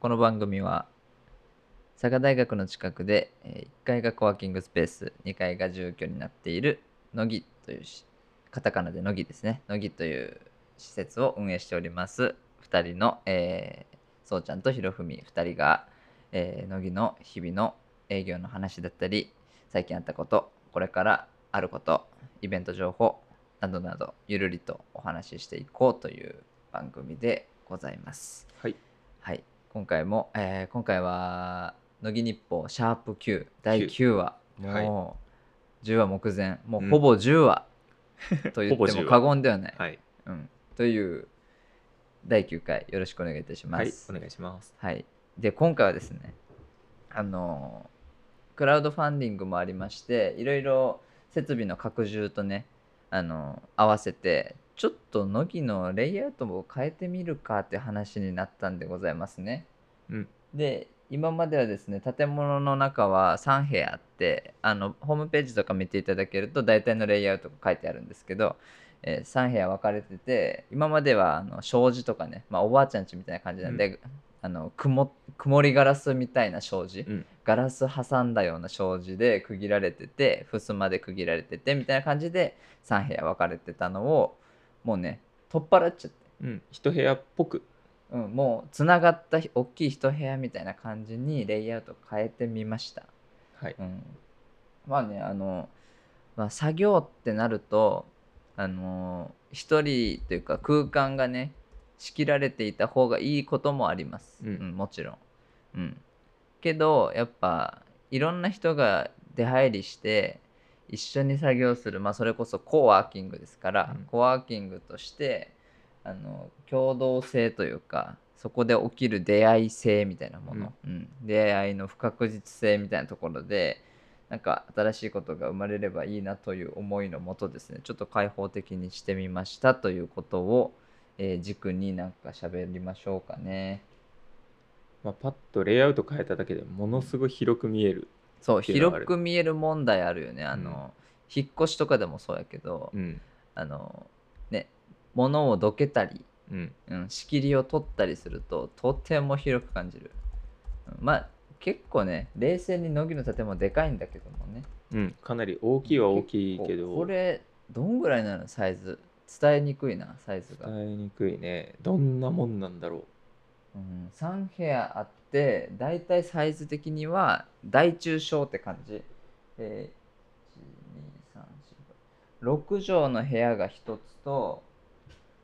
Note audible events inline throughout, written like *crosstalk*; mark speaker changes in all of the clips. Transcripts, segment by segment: Speaker 1: この番組は佐賀大学の近くで、え1階がコワーキングスペース2階が住居になっている乃木というしカタカナで乃木ですね乃木という施設を運営しております2人の、えー、そうちゃんとひろふみ2人が、えー、乃木の日々の営業の話だったり最近あったことこれからあることイベント情報などなどゆるりとお話ししていこうという番組でございます
Speaker 2: はい、
Speaker 1: はい今回も、えー今回は乃木日報シャープ9第9話
Speaker 2: 九
Speaker 1: もう10話目前もうほぼ10話、
Speaker 2: *laughs*
Speaker 1: と言っ
Speaker 2: ほぼ
Speaker 1: て
Speaker 2: 10
Speaker 1: も
Speaker 2: 話
Speaker 1: 過言ではない、
Speaker 2: はい、
Speaker 1: うん、という第9回よろしくお願いいたしま
Speaker 2: はい、
Speaker 1: す
Speaker 2: お。願いします。
Speaker 1: はい、で今回はですねあのクラウドファンディングもありましていろいろ設備の拡充とねあの合わせてちょっと乃木のレイアウトも変えてみるかっていう話になったんでございますね。
Speaker 2: うん
Speaker 1: で今まではですね建物の中は3部屋あってあのホームページとか見ていただけると大体のレイアウトが書いてあるんですけど、えー3部屋分かれてて今まではあの障子とかね、まあ、おばあちゃん家みたいな感じなんで、あの曇曇りガラスみたいな障子、
Speaker 2: うん
Speaker 1: ガラス挟んだような障子で区切られてて襖で区切られててみたいな感じで3部屋分かれてたのをもうね取っ払っちゃって、
Speaker 2: うん、一部屋っぽく。
Speaker 1: うん、もうつながった大きい一部屋みたいな感じにレイアウト変えてみました。
Speaker 2: はい、
Speaker 1: うん、まあねあの、まあ、作業ってなるとあの一人というか空間がね仕切られていた方がいいこともあります、
Speaker 2: うん
Speaker 1: もちろん、うん、けどやっぱいろんな人が出入りして一緒に作業する、まあ、それこそコワーキングですから、
Speaker 2: うん
Speaker 1: コワーキングとしてあの共同性というかそこで起きる出会い性みたいなもの、うん出会いの不確実性みたいなところでなんか新しいことが生まれればいいなという思いのもとですねちょっと開放的にしてみましたということを、えー軸になんか喋りましょうかね。
Speaker 2: まあ、パッとレイアウト変えただけでものすごい広く見える。
Speaker 1: そう
Speaker 2: っていうのが
Speaker 1: 広
Speaker 2: ある
Speaker 1: く見える問題あるよねあの、引っ越しとかでもそうやけど、
Speaker 2: うん、
Speaker 1: あのね物をどけたり
Speaker 2: うん、
Speaker 1: うん、仕切りを取ったりするととても広く感じる、うんまあ結構ね冷静に乃木の建物でかいんだけどもね
Speaker 2: うん、かなり大きいは大きいけ
Speaker 1: こ
Speaker 2: ど。
Speaker 1: うこれどんぐらいなのサイズ伝えにくいなサイズが、
Speaker 2: 伝えにくいね。どんなもんなんだろ
Speaker 1: うん、3部屋あってだいたいサイズ的には大中小って感じ、えー、6畳の部屋が1つと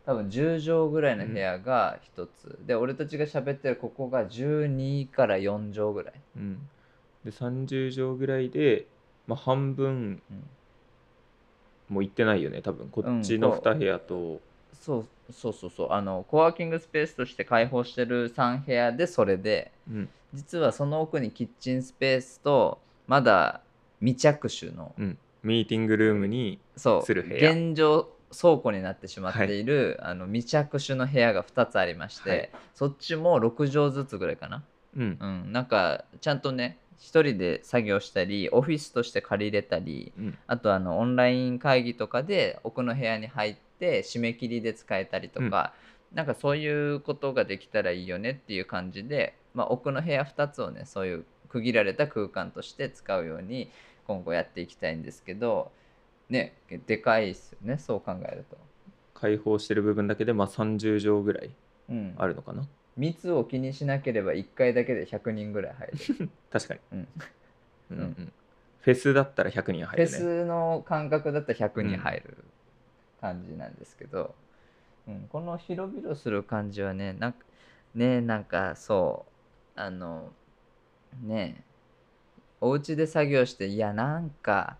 Speaker 1: 多分10畳ぐらいの部屋が1つ、で俺たちが喋ってるここが12から4畳ぐらい、
Speaker 2: う。うん。で、三十畳ぐらいで、まあ、半分
Speaker 1: うん
Speaker 2: もいってないよね。多分こっち
Speaker 1: うん
Speaker 2: の
Speaker 1: こう
Speaker 2: 二部屋と。
Speaker 1: そうそうそうそうあのコワーキングスペースとして開放してる3部屋でそれで
Speaker 2: うん、
Speaker 1: 実はその奥にキッチンスペースとまだ未着手の
Speaker 2: うん、ミーティングルームに。
Speaker 1: そう
Speaker 2: する部屋
Speaker 1: 現状倉庫になってしまっている、あの未着手の部屋が2つありまして、
Speaker 2: はい
Speaker 1: そっちも6畳ずつぐらいかな、
Speaker 2: うん、
Speaker 1: うん、なんかちゃんとね1人で作業したりオフィスとして借りれたり
Speaker 2: うん、
Speaker 1: あとあのオンライン会議とかで奥の部屋に入って締め切りで使えたりとか、なんかそういうことができたらいいよねっていう感じで、まあ、奥の部屋2つをねそういう区切られた空間として使うように今後やっていきたいんですけどねでかいですよねそう考えると。
Speaker 2: 開放してる部分だけで、まあ、三十畳ぐらい
Speaker 1: うん、
Speaker 2: あるのかな。
Speaker 1: 密を気にしなければ1回だけで100人ぐらい入る。
Speaker 2: 確かに、
Speaker 1: うん
Speaker 2: うん
Speaker 1: う
Speaker 2: うんフェスだったら100人入
Speaker 1: フェ
Speaker 2: るね
Speaker 1: スの感覚だったら100に入る感じなんですけど、うんこの広々する感じはねなんかねなんかそうあのねえお家で作業していやなんか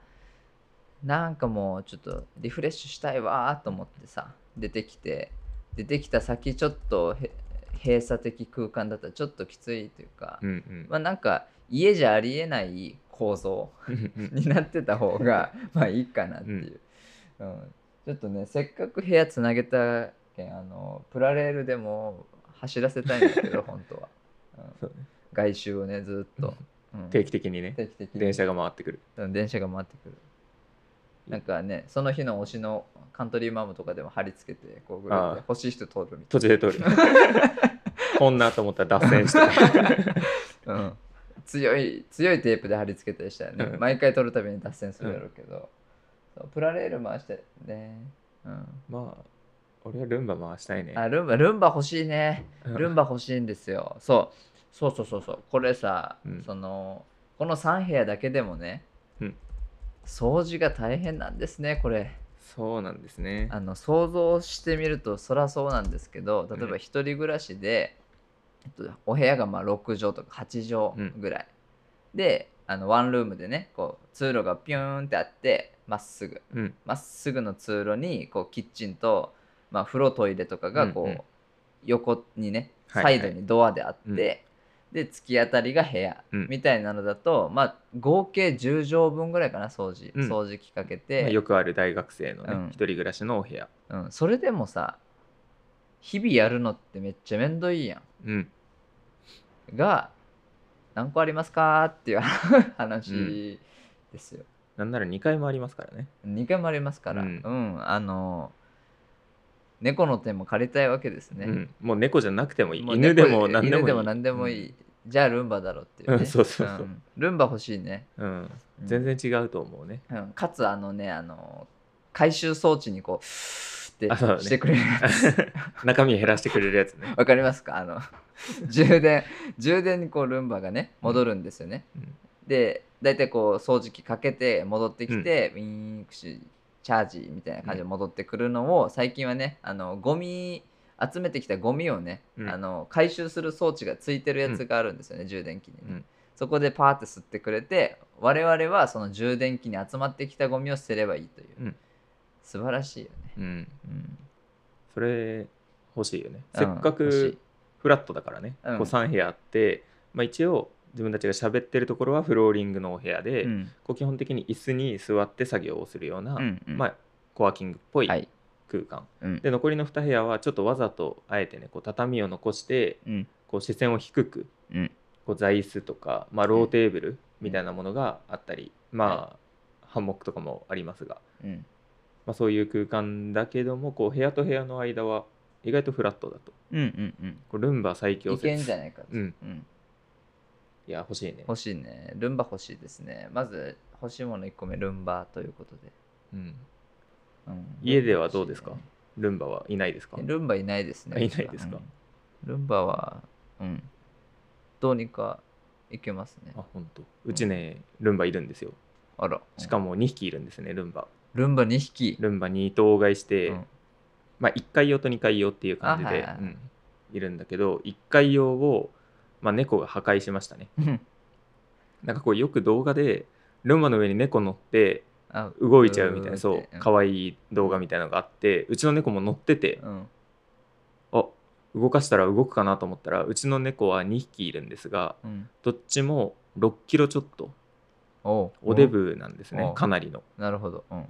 Speaker 1: なんかもうちょっとリフレッシュしたいわーと思ってさ出てきて出てきた先ちょっとへ閉鎖的空間だったらちょっときついというか、
Speaker 2: うんうん
Speaker 1: まあなんか家じゃありえない構造
Speaker 2: うんうん
Speaker 1: になってた方がまあいいかなっていう、うんちょっとねせっかく部屋つなげたけんあのプラレールでも走らせたいんだけ
Speaker 2: *laughs*
Speaker 1: ど本当は、うん
Speaker 2: そうね
Speaker 1: 外周をねずっと、うん
Speaker 2: 定期的にね
Speaker 1: 定期的に
Speaker 2: 電車が回ってくる
Speaker 1: うん電車が回ってくるなんかねその日の推しのカントリーマムとかでも貼り付けてこうぐるっ
Speaker 2: あ
Speaker 1: て
Speaker 2: あ
Speaker 1: *laughs* 欲しい人通るみたい
Speaker 2: 途中で通るこんなと思ったら脱線して。
Speaker 1: *laughs* うん、強い強いテープで貼り付けたりしたらね、
Speaker 2: うん
Speaker 1: 毎回撮るたびに脱線するやろうけど、そうプラレール回してね、うん、
Speaker 2: まあ、俺はルンバ回したいね。
Speaker 1: あルンバルンバ欲しいね
Speaker 2: うん
Speaker 1: ルンバ欲しいんですよそうそうそうそうそうこれさ、
Speaker 2: うん
Speaker 1: そのこの3部屋だけでもね、
Speaker 2: うん
Speaker 1: 掃除が大変なんですねこれ
Speaker 2: そうなんですね。
Speaker 1: あの想像してみるとそらそうなんですけど例え
Speaker 2: うん
Speaker 1: ば一人暮らしで、えっとお部屋がまあ6畳とか8畳ぐらい、であのワンルームでねこう通路がピューンってあってまっすぐ
Speaker 2: うん。
Speaker 1: まっすぐの通路にこうキッチンと、まあ、風呂トイレとかがこう、
Speaker 2: うんうん
Speaker 1: 横にね
Speaker 2: は
Speaker 1: サ
Speaker 2: いはい
Speaker 1: イドにドアであって、
Speaker 2: うん
Speaker 1: で突き当たりが部屋
Speaker 2: うん
Speaker 1: みたいなのだと、まあ合計10畳分ぐらいかな掃除、
Speaker 2: うん
Speaker 1: 掃除機かけ
Speaker 2: まあ
Speaker 1: て、
Speaker 2: よくある大学生のね、
Speaker 1: うん
Speaker 2: 一人暮らしのお部屋。
Speaker 1: うん、それでもさ日々やるのってめっちゃめんどいや
Speaker 2: うん。
Speaker 1: んが何個ありますかっていう話ですよ。
Speaker 2: なんなら2回もありますからね。
Speaker 1: 2回もありますから、う
Speaker 2: うんん、
Speaker 1: あの猫の手も借りたいわけですね。
Speaker 2: うん、もう猫じゃなくてもいい。
Speaker 1: もう
Speaker 2: 犬でも何でもいい。
Speaker 1: 犬でも何でもいい、じゃあルンバだろっていう、ね
Speaker 2: うんそうそうそうん
Speaker 1: ルンバ欲しいね、
Speaker 2: うん。うん
Speaker 1: うん
Speaker 2: 全、然違うと思うね。 *laughs*
Speaker 1: うんかつあのねあの回収装置にこうふー
Speaker 2: あそうだ
Speaker 1: っ
Speaker 2: ね
Speaker 1: てしてくれるやつ
Speaker 2: 中身減らしてくれるやつね。
Speaker 1: *laughs* わかりますかあの充電充電にこうルンバがね戻るんですよね、
Speaker 2: うん
Speaker 1: で大体こう掃除機かけて戻ってきて、ウィーンクシチャージみたいな感じで戻ってくるのを、最近はねあのゴミ集めてきたゴミをね、
Speaker 2: うん
Speaker 1: あの回収する装置がついてるやつがあるんですよね、充電器にね、
Speaker 2: うん
Speaker 1: そこでパーって吸ってくれて我々はその充電器に集まってきたゴミを捨てればいいという、
Speaker 2: うん
Speaker 1: 素晴らしいよね、
Speaker 2: うん。
Speaker 1: うん
Speaker 2: それ欲しいよね。せっか
Speaker 1: うん欲し
Speaker 2: く
Speaker 1: い
Speaker 2: フラットだからね。
Speaker 1: うん
Speaker 2: こう3部屋あって、まあ、一応自分たちが喋ってるところはフローリングのお部屋で、
Speaker 1: うん
Speaker 2: こう基本的に椅子に座って作業をするような、
Speaker 1: うんうん
Speaker 2: まあ、コワーキングっぽい
Speaker 1: はい
Speaker 2: 空間。
Speaker 1: うん
Speaker 2: で残りの2部屋はちょっとわざとあえてねこう畳を残して
Speaker 1: うん
Speaker 2: こう視線を低く、
Speaker 1: うん
Speaker 2: こう座椅子とか、まあ、ローテーブルみたいなものがあったり、まあハンモックとかもありますが、
Speaker 1: うん
Speaker 2: まあ、そういう空間だけどもこう部屋と部屋の間は意外とフラットだと
Speaker 1: うんうんうん
Speaker 2: こうルンバ最強
Speaker 1: いけん
Speaker 2: 説
Speaker 1: じゃないかと、
Speaker 2: うん
Speaker 1: うん、
Speaker 2: いや欲しいね、
Speaker 1: 欲しいねルンバ欲しいですねまず欲しいもの1個目ルンバということで、
Speaker 2: うん、
Speaker 1: うん
Speaker 2: 家ではどうですか
Speaker 1: ルン
Speaker 2: ルンバはいないですか
Speaker 1: バ欲しいねルンバいないですね
Speaker 2: いないですか
Speaker 1: うんルンバはうんどうにかいけますね
Speaker 2: あ本当うちねルンバいるんですよ
Speaker 1: あら
Speaker 2: しか
Speaker 1: も
Speaker 2: も2匹いるんですねルンバ
Speaker 1: ルンバ2匹
Speaker 2: ルンバ2頭買いして、
Speaker 1: うん
Speaker 2: まあ、1階用と2階用っていう感じで、
Speaker 1: あはいはいはい
Speaker 2: うんいるんだけど1階用を、まあ、猫が破壊しましたねなんかこうよく動画でルンバの上に猫乗って
Speaker 1: *laughs* あ
Speaker 2: 動いちゃうみたいな
Speaker 1: うん
Speaker 2: そう
Speaker 1: うん
Speaker 2: 可愛い動画みたいなのがあってうちの猫も乗ってて
Speaker 1: うん
Speaker 2: あ動かしたら動くかなと思ったらうちの猫は2匹いるんですが
Speaker 1: うん
Speaker 2: どっちも6キロちょっと
Speaker 1: おう
Speaker 2: おデブなんです
Speaker 1: お
Speaker 2: ね
Speaker 1: う
Speaker 2: かなりの
Speaker 1: おうなるほどうん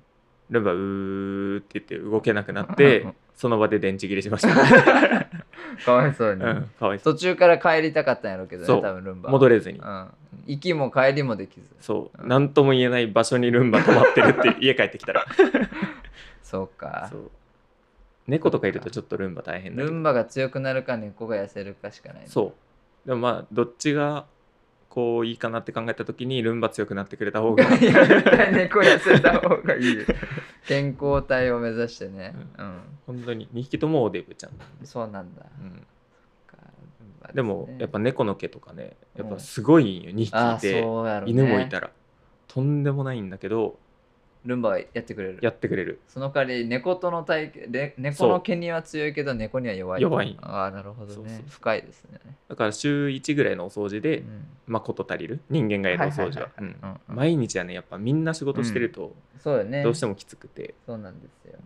Speaker 2: ルンバうーって言って動けなくなって
Speaker 1: うん
Speaker 2: その場で電池切れし
Speaker 1: *laughs*
Speaker 2: ました、
Speaker 1: かわいそうに、
Speaker 2: うん、かわいそう
Speaker 1: 途中から帰りたかったんやろうけど
Speaker 2: そ
Speaker 1: ね
Speaker 2: う
Speaker 1: 多分ルンバは
Speaker 2: 戻れずに
Speaker 1: うん行きも帰りもできず
Speaker 2: そう、
Speaker 1: うん
Speaker 2: なんとも言えない場所にルンバ止まってる
Speaker 1: *laughs*
Speaker 2: って家帰ってきたら
Speaker 1: そうか
Speaker 2: そう猫とかいるとちょっとルンバ大変だけ
Speaker 1: ル
Speaker 2: ど
Speaker 1: ンバが強くなるか猫が痩せるかしかないね
Speaker 2: そうでもまあどっちがこういいかなって考えた時にルンバ強くなってくれた方
Speaker 1: *laughs* *laughs*
Speaker 2: が
Speaker 1: いや絶対猫痩せた方がいい
Speaker 2: *laughs*
Speaker 1: よ健康体を目指してねうん、
Speaker 2: 本当に2匹ともおデブちゃん、
Speaker 1: そうなんだ
Speaker 2: うん、
Speaker 1: か
Speaker 2: でもやっぱ猫の毛とかねやっぱすごいんよ2
Speaker 1: ああそ
Speaker 2: 匹で
Speaker 1: うやろ、ね、
Speaker 2: 犬もいたらとんでもないんだけど
Speaker 1: ルンバはやってくれる
Speaker 2: やってくれる
Speaker 1: その代わり猫との体型れ猫の毛には強いけど猫には弱い
Speaker 2: 弱い
Speaker 1: ああなるほどね
Speaker 2: そうそうそう
Speaker 1: 深いですね、
Speaker 2: だから週1ぐらいのお掃除
Speaker 1: う
Speaker 2: で、
Speaker 1: ん、
Speaker 2: まあこと足りる人間がやるお掃除は
Speaker 1: はいはいはいはい
Speaker 2: うん
Speaker 1: うんうん
Speaker 2: 毎日はねやっぱみんな仕事してると
Speaker 1: そうよね
Speaker 2: どうして
Speaker 1: も
Speaker 2: もきつくて、
Speaker 1: そうなんですよ、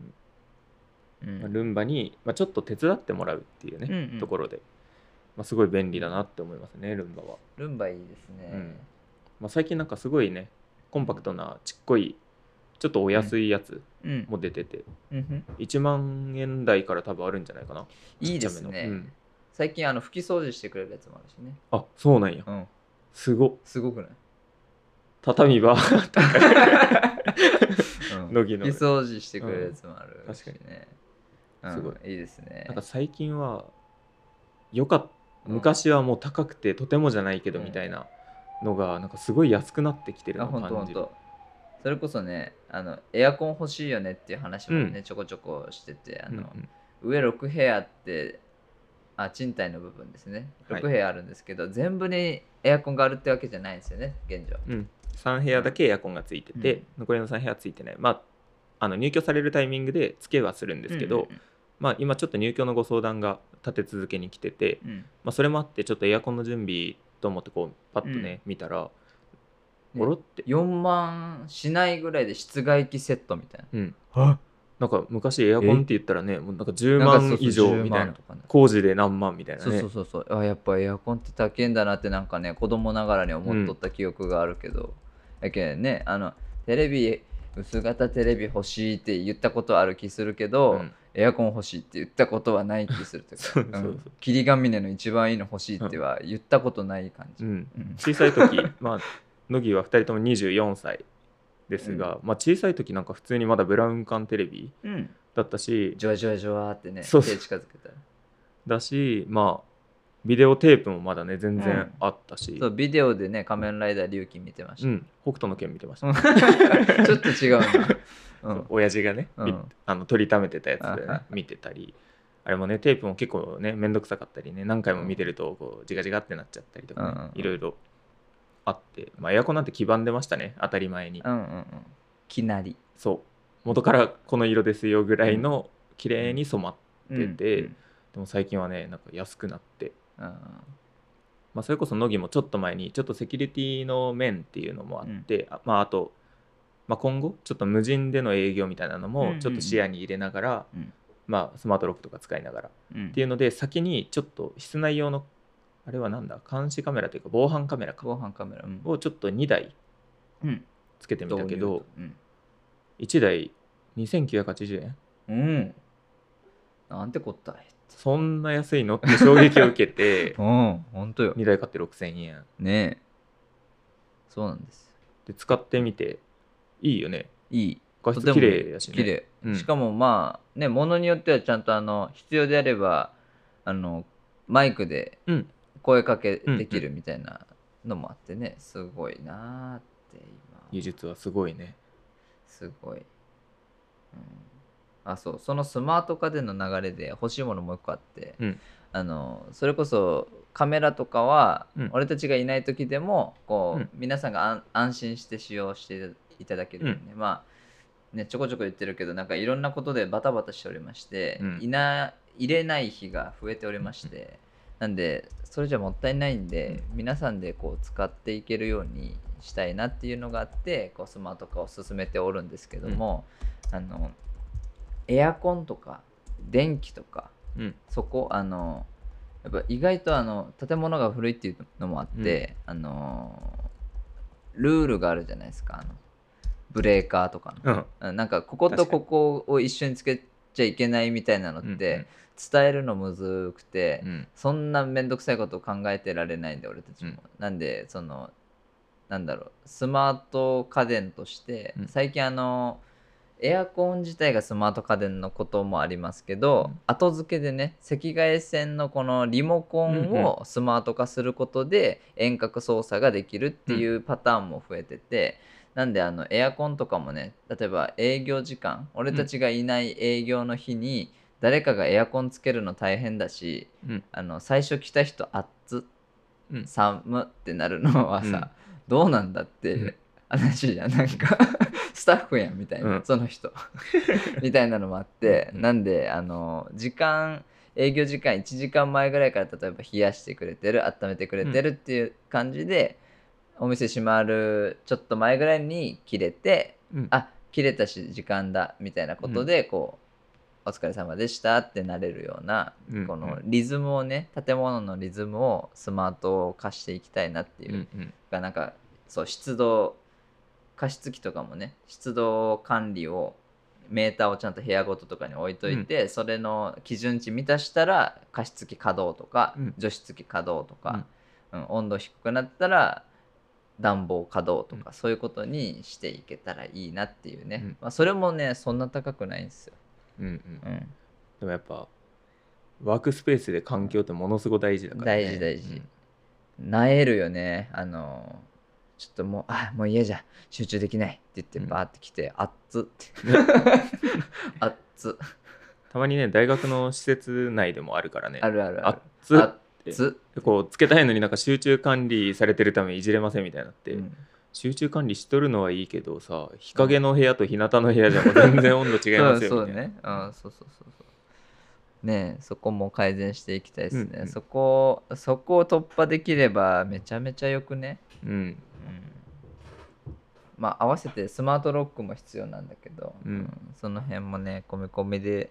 Speaker 1: う
Speaker 2: まあ
Speaker 1: ん
Speaker 2: ルンバに、まあ、ちょっと手伝ってもらうっていうね、
Speaker 1: うんうん
Speaker 2: ところで、まあ、すごい便利だなって思いますねルンバは、
Speaker 1: ルンバいいですね、
Speaker 2: うんまあ、最近なんかすごいねコンパクトなちっこいちょっとお安いやつ
Speaker 1: うん
Speaker 2: も出てて、
Speaker 1: うんふん
Speaker 2: 1万円台から多分あるんじゃないかない
Speaker 1: いです
Speaker 2: ちっちゃ
Speaker 1: ね、
Speaker 2: めのうん
Speaker 1: 最近あの拭き掃除してくれるやつもあるしね、
Speaker 2: あそうなんや
Speaker 1: うん、
Speaker 2: すごっ
Speaker 1: すごくない
Speaker 2: 畳は
Speaker 1: うん
Speaker 2: 乃木の
Speaker 1: 拭き掃除してくれるやつもあるしね、
Speaker 2: うん確かに
Speaker 1: うんいいですね
Speaker 2: なんか最近は良かっ昔はもう高くてとてもじゃないけど
Speaker 1: うん
Speaker 2: みたいなのがなんかすごい安くなってきてる
Speaker 1: あ
Speaker 2: のを
Speaker 1: 本当
Speaker 2: 感
Speaker 1: 本
Speaker 2: じる
Speaker 1: 当それこそねあのエアコン欲しいよねっていう話もね、
Speaker 2: う
Speaker 1: ちょこちょこしててあ
Speaker 2: うんう
Speaker 1: の、
Speaker 2: ん
Speaker 1: 上6部屋ってあ賃貸の部分ですね
Speaker 2: はい
Speaker 1: 6部屋あるんですけど、全部にエアコンがあるってわけじゃないんですよね現状
Speaker 2: うん3部屋だけエアコンがついてて、
Speaker 1: うん
Speaker 2: 残りの3部屋はついてないまああの入居されるタイミングでつけはするんですけど、
Speaker 1: うん
Speaker 2: まあ、今ちょっと入居のご相談が立て続けに来てて、
Speaker 1: うんうんうん
Speaker 2: まあ、それもあってちょっとエアコンの準備と思ってこうパッとね、見たら
Speaker 1: ね
Speaker 2: おろって、
Speaker 1: 4万しないぐらいで室外機セットみたい
Speaker 2: うん、
Speaker 1: な
Speaker 2: なんか昔エアコンって言ったらねもうなんか10
Speaker 1: なんかそう
Speaker 2: 万以上みた
Speaker 1: 10
Speaker 2: いな
Speaker 1: 万とかね
Speaker 2: 工事で何万みたいなね
Speaker 1: そうそうそうそうあやっぱエアコンって高いんだなってなんかね子供ながらに思っとった記憶があるけど、やけんねあのテレビ薄型テレビ欲しいって言ったことある気するけど、
Speaker 2: うん
Speaker 1: エアコン欲しいって言ったことはない気するというか
Speaker 2: *laughs* そうそうそう
Speaker 1: うん霧ヶ峰の一番いいの欲しいっては言ったことない感じ、
Speaker 2: うん
Speaker 1: うん
Speaker 2: 小さい時 *laughs* まあ乃木は2人とも24歳ですが、まあ、小さい時なんか普通にまだブラウン管テレビ
Speaker 1: うん、
Speaker 2: だったし
Speaker 1: ジョワジョワジョワってね
Speaker 2: そうそう
Speaker 1: 手近づけたら
Speaker 2: だしまあビデオテープもまだね全
Speaker 1: う
Speaker 2: 然
Speaker 1: ん
Speaker 2: あったし、
Speaker 1: そうビデオでね「仮面ライダー龍騎」見てまし
Speaker 2: う
Speaker 1: た、
Speaker 2: ん、北斗の拳見てました、
Speaker 1: *laughs* ちょっと違 *laughs* うな、うん、
Speaker 2: 親父がね、
Speaker 1: うん
Speaker 2: みあの取りためてたやつで、
Speaker 1: あは
Speaker 2: ね、見てたりあれもねテープも結構ね面倒くさかったりね何回も見てるとこうジガジガってなっちゃったりと
Speaker 1: うんうん
Speaker 2: か
Speaker 1: うん
Speaker 2: ねいろいろあって、まあ、エアコンなんて黄ばんでましたね当たり前に
Speaker 1: うんうんうんきなり
Speaker 2: そう元からこの色ですよぐらいの綺麗に染まって出
Speaker 1: う
Speaker 2: て
Speaker 1: ん
Speaker 2: でも最近はねなんか安くなって、
Speaker 1: うん
Speaker 2: まあ、それこそ乃木もちょっと前にちょっとセキュリティの面っていうのもあって、あまああと、まあ、今後ちょっと無人での営業みたいなの
Speaker 1: うんうん
Speaker 2: も
Speaker 1: うん
Speaker 2: ちょっと視野に入れながら、
Speaker 1: うん
Speaker 2: まあ、スマートロックとか使いながら
Speaker 1: うん
Speaker 2: っていうので先にちょっと室内用のあれはなんだ監視カメラというか防犯カメラか
Speaker 1: 防犯カメラ、うん
Speaker 2: をちょっと2台
Speaker 1: うん、
Speaker 2: つけてみたけど
Speaker 1: 導入と
Speaker 2: 1台2980円
Speaker 1: うん、うん、なんてこったい
Speaker 2: そんな安いのって衝撃を受けて
Speaker 1: うん本当よ
Speaker 2: 2台買って6000円
Speaker 1: ねえそうなんです
Speaker 2: で使ってみていいよね
Speaker 1: いい
Speaker 2: 画
Speaker 1: と
Speaker 2: 質
Speaker 1: ても
Speaker 2: 綺麗やしね
Speaker 1: 綺麗、
Speaker 2: うん
Speaker 1: しかもまあねものによってはちゃんとあの必要であればあのマイクで
Speaker 2: うん
Speaker 1: 声かけできるみたいなのもあってね、すごいなーって
Speaker 2: 技
Speaker 1: 今
Speaker 2: 術はすごいね
Speaker 1: すごい、うん、あそうそのスマート化での流れで欲しいものもう一個あって、
Speaker 2: うん
Speaker 1: あのそれこそカメラとかは、
Speaker 2: うん
Speaker 1: 俺たちがいない時でもこう、
Speaker 2: うん
Speaker 1: 皆さんが安安心して使用していただけるようにね、まあねちょこちょこ言ってるけどなんかいろんなことでバタバタしておりまして、
Speaker 2: うん
Speaker 1: いな入れない日が増えておりまして、なんでそれじゃもったいないんで、皆さんでこう使っていけるようにしたいなっていうのがあってこうスマート化を進めておるんですけども、あのエアコンとか電気とか
Speaker 2: うん
Speaker 1: そこあのやっぱ意外とあの建物が古いっていうのもあって、あのルールがあるじゃないですかあのブレーカーとかの
Speaker 2: うん
Speaker 1: あなんかここと
Speaker 2: 確か
Speaker 1: こ
Speaker 2: に
Speaker 1: こを一緒につけちゃいけないみたいなのって、伝えるのむずくて、
Speaker 2: うん
Speaker 1: そんな面倒くさいことを考えてられないんで俺たちも、
Speaker 2: うん
Speaker 1: なんでそのなんだろうスマート家電として、
Speaker 2: うん
Speaker 1: 最近あのエアコン自体がスマート家電のこともありますけど、
Speaker 2: うん
Speaker 1: 後付けでね赤外線のこのリモコンをスマート化することで遠隔操作ができるっていうパターンも増えてて、なんであのエアコンとかもね例えば営業時間俺たちがいない営業の日に誰かがエアコンつけるの大変だし
Speaker 2: うん
Speaker 1: あの最初来た人暑っ
Speaker 2: うん
Speaker 1: 寒ってなるのはさ、どうなんだって話じゃんなんか *laughs* スタッフやんみたいな、
Speaker 2: うん
Speaker 1: その
Speaker 2: *laughs*
Speaker 1: 人みたいなのもあって、
Speaker 2: うん
Speaker 1: なんであの時間営業時間1時間前ぐらいから例えば冷やしてくれてる温めてくれてるっていう感じで、お店閉まるちょっと前ぐらいに切れて
Speaker 2: うん
Speaker 1: あ切れたし時間だみたいなことでこう、お疲れ様でしたってなれるような
Speaker 2: うん
Speaker 1: こ
Speaker 2: う
Speaker 1: の
Speaker 2: ん
Speaker 1: リズムをね建物のリズムをスマート化していきたいなっていう、
Speaker 2: うんうん
Speaker 1: がなんかそう湿度加湿器とかもね湿度管理をメーターをちゃんと部屋ごととかに置いといて、それの基準値満たしたら加湿器稼働とか、
Speaker 2: うん
Speaker 1: 除湿器稼働とか、うん温度低くなったら暖房稼働とか、そういうことにしていけたらいいなっていうね、
Speaker 2: うん
Speaker 1: まあ、それもねそんな高くないんですよ。
Speaker 2: うんうん
Speaker 1: うん
Speaker 2: でもやっぱワークスペースで環境ってものすごい大事だから、ね、
Speaker 1: 大事大事なえるよねあのちょっともうあもう家じゃ集中できないって言って
Speaker 2: うん
Speaker 1: バーって来て、あっつ
Speaker 2: *laughs*
Speaker 1: って
Speaker 2: うんね
Speaker 1: あっつ
Speaker 2: たまにね大学の施設内でもあるからね
Speaker 1: あるある
Speaker 2: あ
Speaker 1: あ
Speaker 2: っ
Speaker 1: る
Speaker 2: つ
Speaker 1: あっつ
Speaker 2: こうつけたいのになんか集中管理されてるためいじれませんみたいになって、
Speaker 1: うん
Speaker 2: 集中管理しとるのはいいけどさ日陰の部屋と日向の部屋じゃもう全然温度違いま
Speaker 1: そ
Speaker 2: す
Speaker 1: うそ
Speaker 2: よ
Speaker 1: う
Speaker 2: みたいな
Speaker 1: ねあそうそうそうそうねえそこも改善していきたいですね、
Speaker 2: うんうん
Speaker 1: そこをそこを突破できればめちゃめちゃよくね
Speaker 2: うん
Speaker 1: まあ合わせてスマートロックも必要なんだけど、
Speaker 2: うん
Speaker 1: その辺もね込み込みで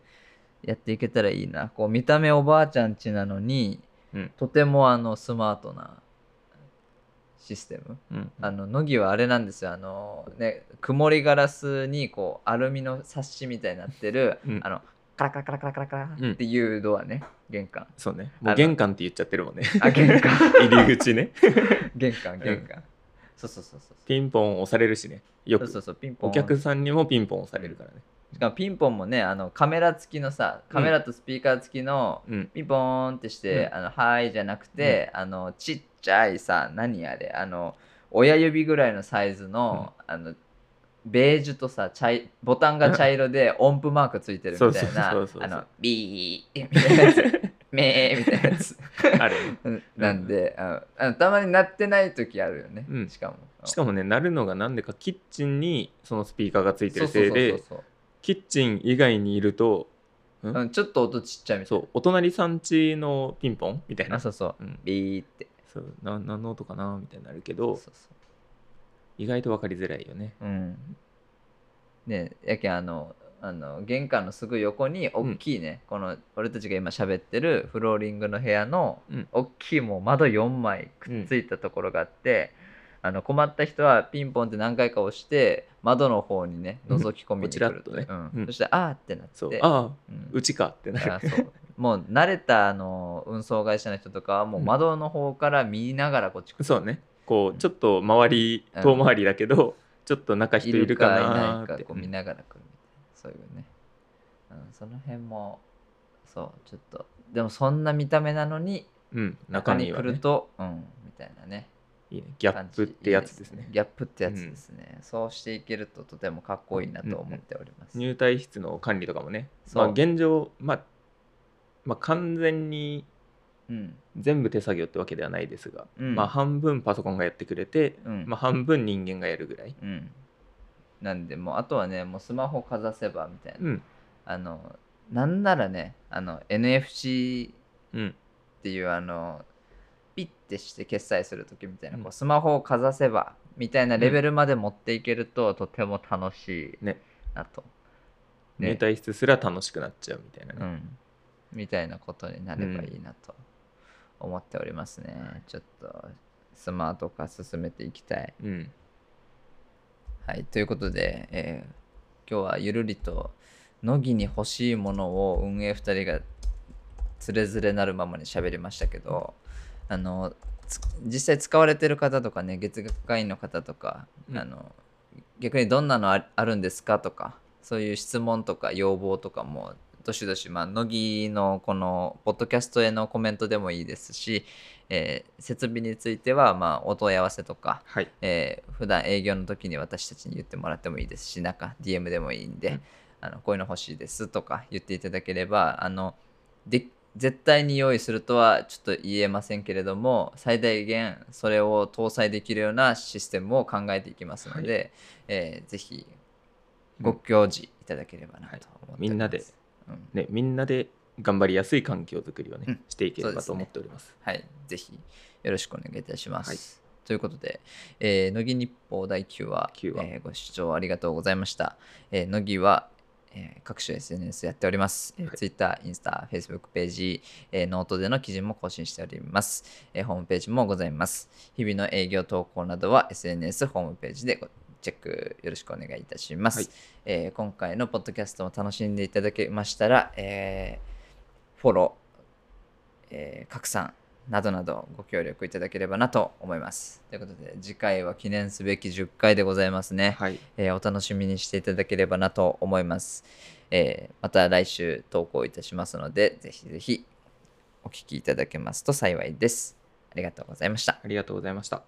Speaker 1: やっていけたらいいなこう見た目おばあちゃんちなのに、
Speaker 2: うん
Speaker 1: とてもあのスマートなシステム
Speaker 2: うん
Speaker 1: あの乃木はあれなんですよあのね曇りガラスにこうアルミのサッシみたいになってる、
Speaker 2: うん
Speaker 1: あのカラカラカラカラカラカラっていうドアね、玄
Speaker 2: *laughs*
Speaker 1: 関
Speaker 2: そうね
Speaker 1: あ
Speaker 2: もう
Speaker 1: の
Speaker 2: 玄関って言っちゃってるもんね
Speaker 1: あ玄関
Speaker 2: *laughs* 入り口ね
Speaker 1: 玄関玄関、そうそうそうそう
Speaker 2: ピンポン押されるしねよ
Speaker 1: そうそう
Speaker 2: く
Speaker 1: そうピンポン
Speaker 2: お客さんにもピンポン押されるからね
Speaker 1: しかもピンポンもねあのカメラ付きのさカメラとスピーカー付きの、
Speaker 2: うん
Speaker 1: ピンポーンってして「
Speaker 2: うん
Speaker 1: あのはーい」じゃなくて、あのちっちゃいさ何あれあの親指ぐらいのサイズの,、あのベージュとさ茶いボタンが茶色
Speaker 2: *laughs*
Speaker 1: で音符マークついてるみたいな
Speaker 2: そうそうそうそうそう
Speaker 1: あのビーみたいなやつ
Speaker 2: *laughs*
Speaker 1: メーみたいなやつ
Speaker 2: あれね
Speaker 1: うんなんで、あのあのたまになってない時あるよね、
Speaker 2: うん
Speaker 1: しかも
Speaker 2: しかもね鳴るのがなんでかキッチンにそのスピーカーがついて
Speaker 1: そう
Speaker 2: る
Speaker 1: そう
Speaker 2: せい
Speaker 1: そう
Speaker 2: で
Speaker 1: そう
Speaker 2: キッチン以外にいると
Speaker 1: そう、うん、ちょっと音ちっちゃいみたい
Speaker 2: そ
Speaker 1: な
Speaker 2: うお隣さんちのピンポンみたいな
Speaker 1: あそうそう
Speaker 2: うん
Speaker 1: ビーって
Speaker 2: そうな何の音かなみたいになるけど
Speaker 1: そうそう
Speaker 2: 意外と分かりづらいよね
Speaker 1: うん。ねやけんあの、あの玄関のすぐ横に大きいね、この俺たちが今喋ってるフローリングの部屋の
Speaker 2: うん
Speaker 1: 大きいもう窓4枚くっついたところがあって、あの困った人はピンポンって何回か押して窓の方にね覗き込みに来ると
Speaker 2: こちらっとね
Speaker 1: う
Speaker 2: うんん
Speaker 1: そしてあーってなって
Speaker 2: そうああ
Speaker 1: うん
Speaker 2: うちかってな
Speaker 1: あ
Speaker 2: る
Speaker 1: そうもう慣れたあの運送会社の人とかはもう窓の方から見ながらこっち来る
Speaker 2: そうねこうちょっと周り
Speaker 1: うん
Speaker 2: 遠回りだけどちょっと中
Speaker 1: い
Speaker 2: 人い
Speaker 1: る
Speaker 2: るか
Speaker 1: か
Speaker 2: ない
Speaker 1: な
Speaker 2: ー
Speaker 1: い
Speaker 2: っ
Speaker 1: か
Speaker 2: て
Speaker 1: こう見ながら来るみたいなそういうね、うん、その辺もそうちょっとでもそんな見た目なのに
Speaker 2: うん中
Speaker 1: 中
Speaker 2: に
Speaker 1: に
Speaker 2: は
Speaker 1: 来
Speaker 2: ね
Speaker 1: ると、うんみたいなね
Speaker 2: いいねギャップってやつで
Speaker 1: 感
Speaker 2: す
Speaker 1: じい
Speaker 2: ね
Speaker 1: いギャップってやつですね、そうしていけるととてもかっこいいなと思っております、
Speaker 2: 入退室の管理とかもね
Speaker 1: そう
Speaker 2: まあ現状まあまあ完全に
Speaker 1: うん
Speaker 2: 全部手作業ってわけではないですが
Speaker 1: うん
Speaker 2: まあ半分パソコンがやってくれて
Speaker 1: うん
Speaker 2: まあ半分人間がやるぐらい
Speaker 1: うんなんでもうあとはねもうスマホかざせばみたいな、
Speaker 2: うん
Speaker 1: あのなんならねあの NFC
Speaker 2: うん
Speaker 1: っていうあのピッてして決済する時みたいな、
Speaker 2: うん
Speaker 1: こうスマホをかざせばみたいなレベルまで持っていけると、とても楽しい
Speaker 2: ね
Speaker 1: なと、
Speaker 2: 入
Speaker 1: ね
Speaker 2: 退室すら楽しくなっちゃうみたいな
Speaker 1: う
Speaker 2: ね
Speaker 1: ん、みたいなことになればいいなと思っておりますね、ちょっとスマート化進めていきたい
Speaker 2: うん
Speaker 1: はい、ということで、えー今日はゆるりと乃木に欲しいものを運営2人がつれづれなるままに喋りましたけどあのつ実際使われてる方とかね月額会員の方とか、
Speaker 2: うん
Speaker 1: あの逆にどんなのああるんですかとかそういう質問とか要望とかもどしどし、まあ、乃木のこのポッドキャストへのコメントでもいいですし、えー設備については、まあ、お問い合わせとか、
Speaker 2: はい
Speaker 1: えー普段営業の時に私たちに言ってもらってもいいですし、なんか DM でもいいんで、
Speaker 2: うん
Speaker 1: あのこういうの欲しいですとか言っていただければ、あので絶対に用意するとはちょっと言えませんけれども、最大限それを搭載できるようなシステムを考えていきますので、えーぜひご教示いただければなと思っております。
Speaker 2: みんなで
Speaker 1: うん
Speaker 2: ね、みんなで頑張りやすい環境づくりをね、
Speaker 1: うん
Speaker 2: していけれ
Speaker 1: そうで
Speaker 2: ば
Speaker 1: すね
Speaker 2: と思っております。
Speaker 1: はい、ぜひよろしくお願いいたします。ということで、えー乃木日報第9話
Speaker 2: 9話
Speaker 1: えーご視聴ありがとうございました。えー乃木は、えー各種 SNS やっております。えー
Speaker 2: はい
Speaker 1: Twitter、インスタ、Facebook ページ、えーノートでの記事も更新しております、えーホームページもございます。日々の営業投稿などは SNS ホームページでごチェックよろしくお願いいたします。
Speaker 2: はい
Speaker 1: えー今回のポッドキャストも楽しんでいただけましたら、えーフォロー、えー拡散などなどご協力いただければなと思います。ということで次回は記念すべき10回でございますね。
Speaker 2: はい、
Speaker 1: えーお楽しみにしていただければなと思います。えーまた来週投稿いたしますので、ぜひぜひお聞きいただけますと幸いです。ありがとうございました。
Speaker 2: ありがとうございました。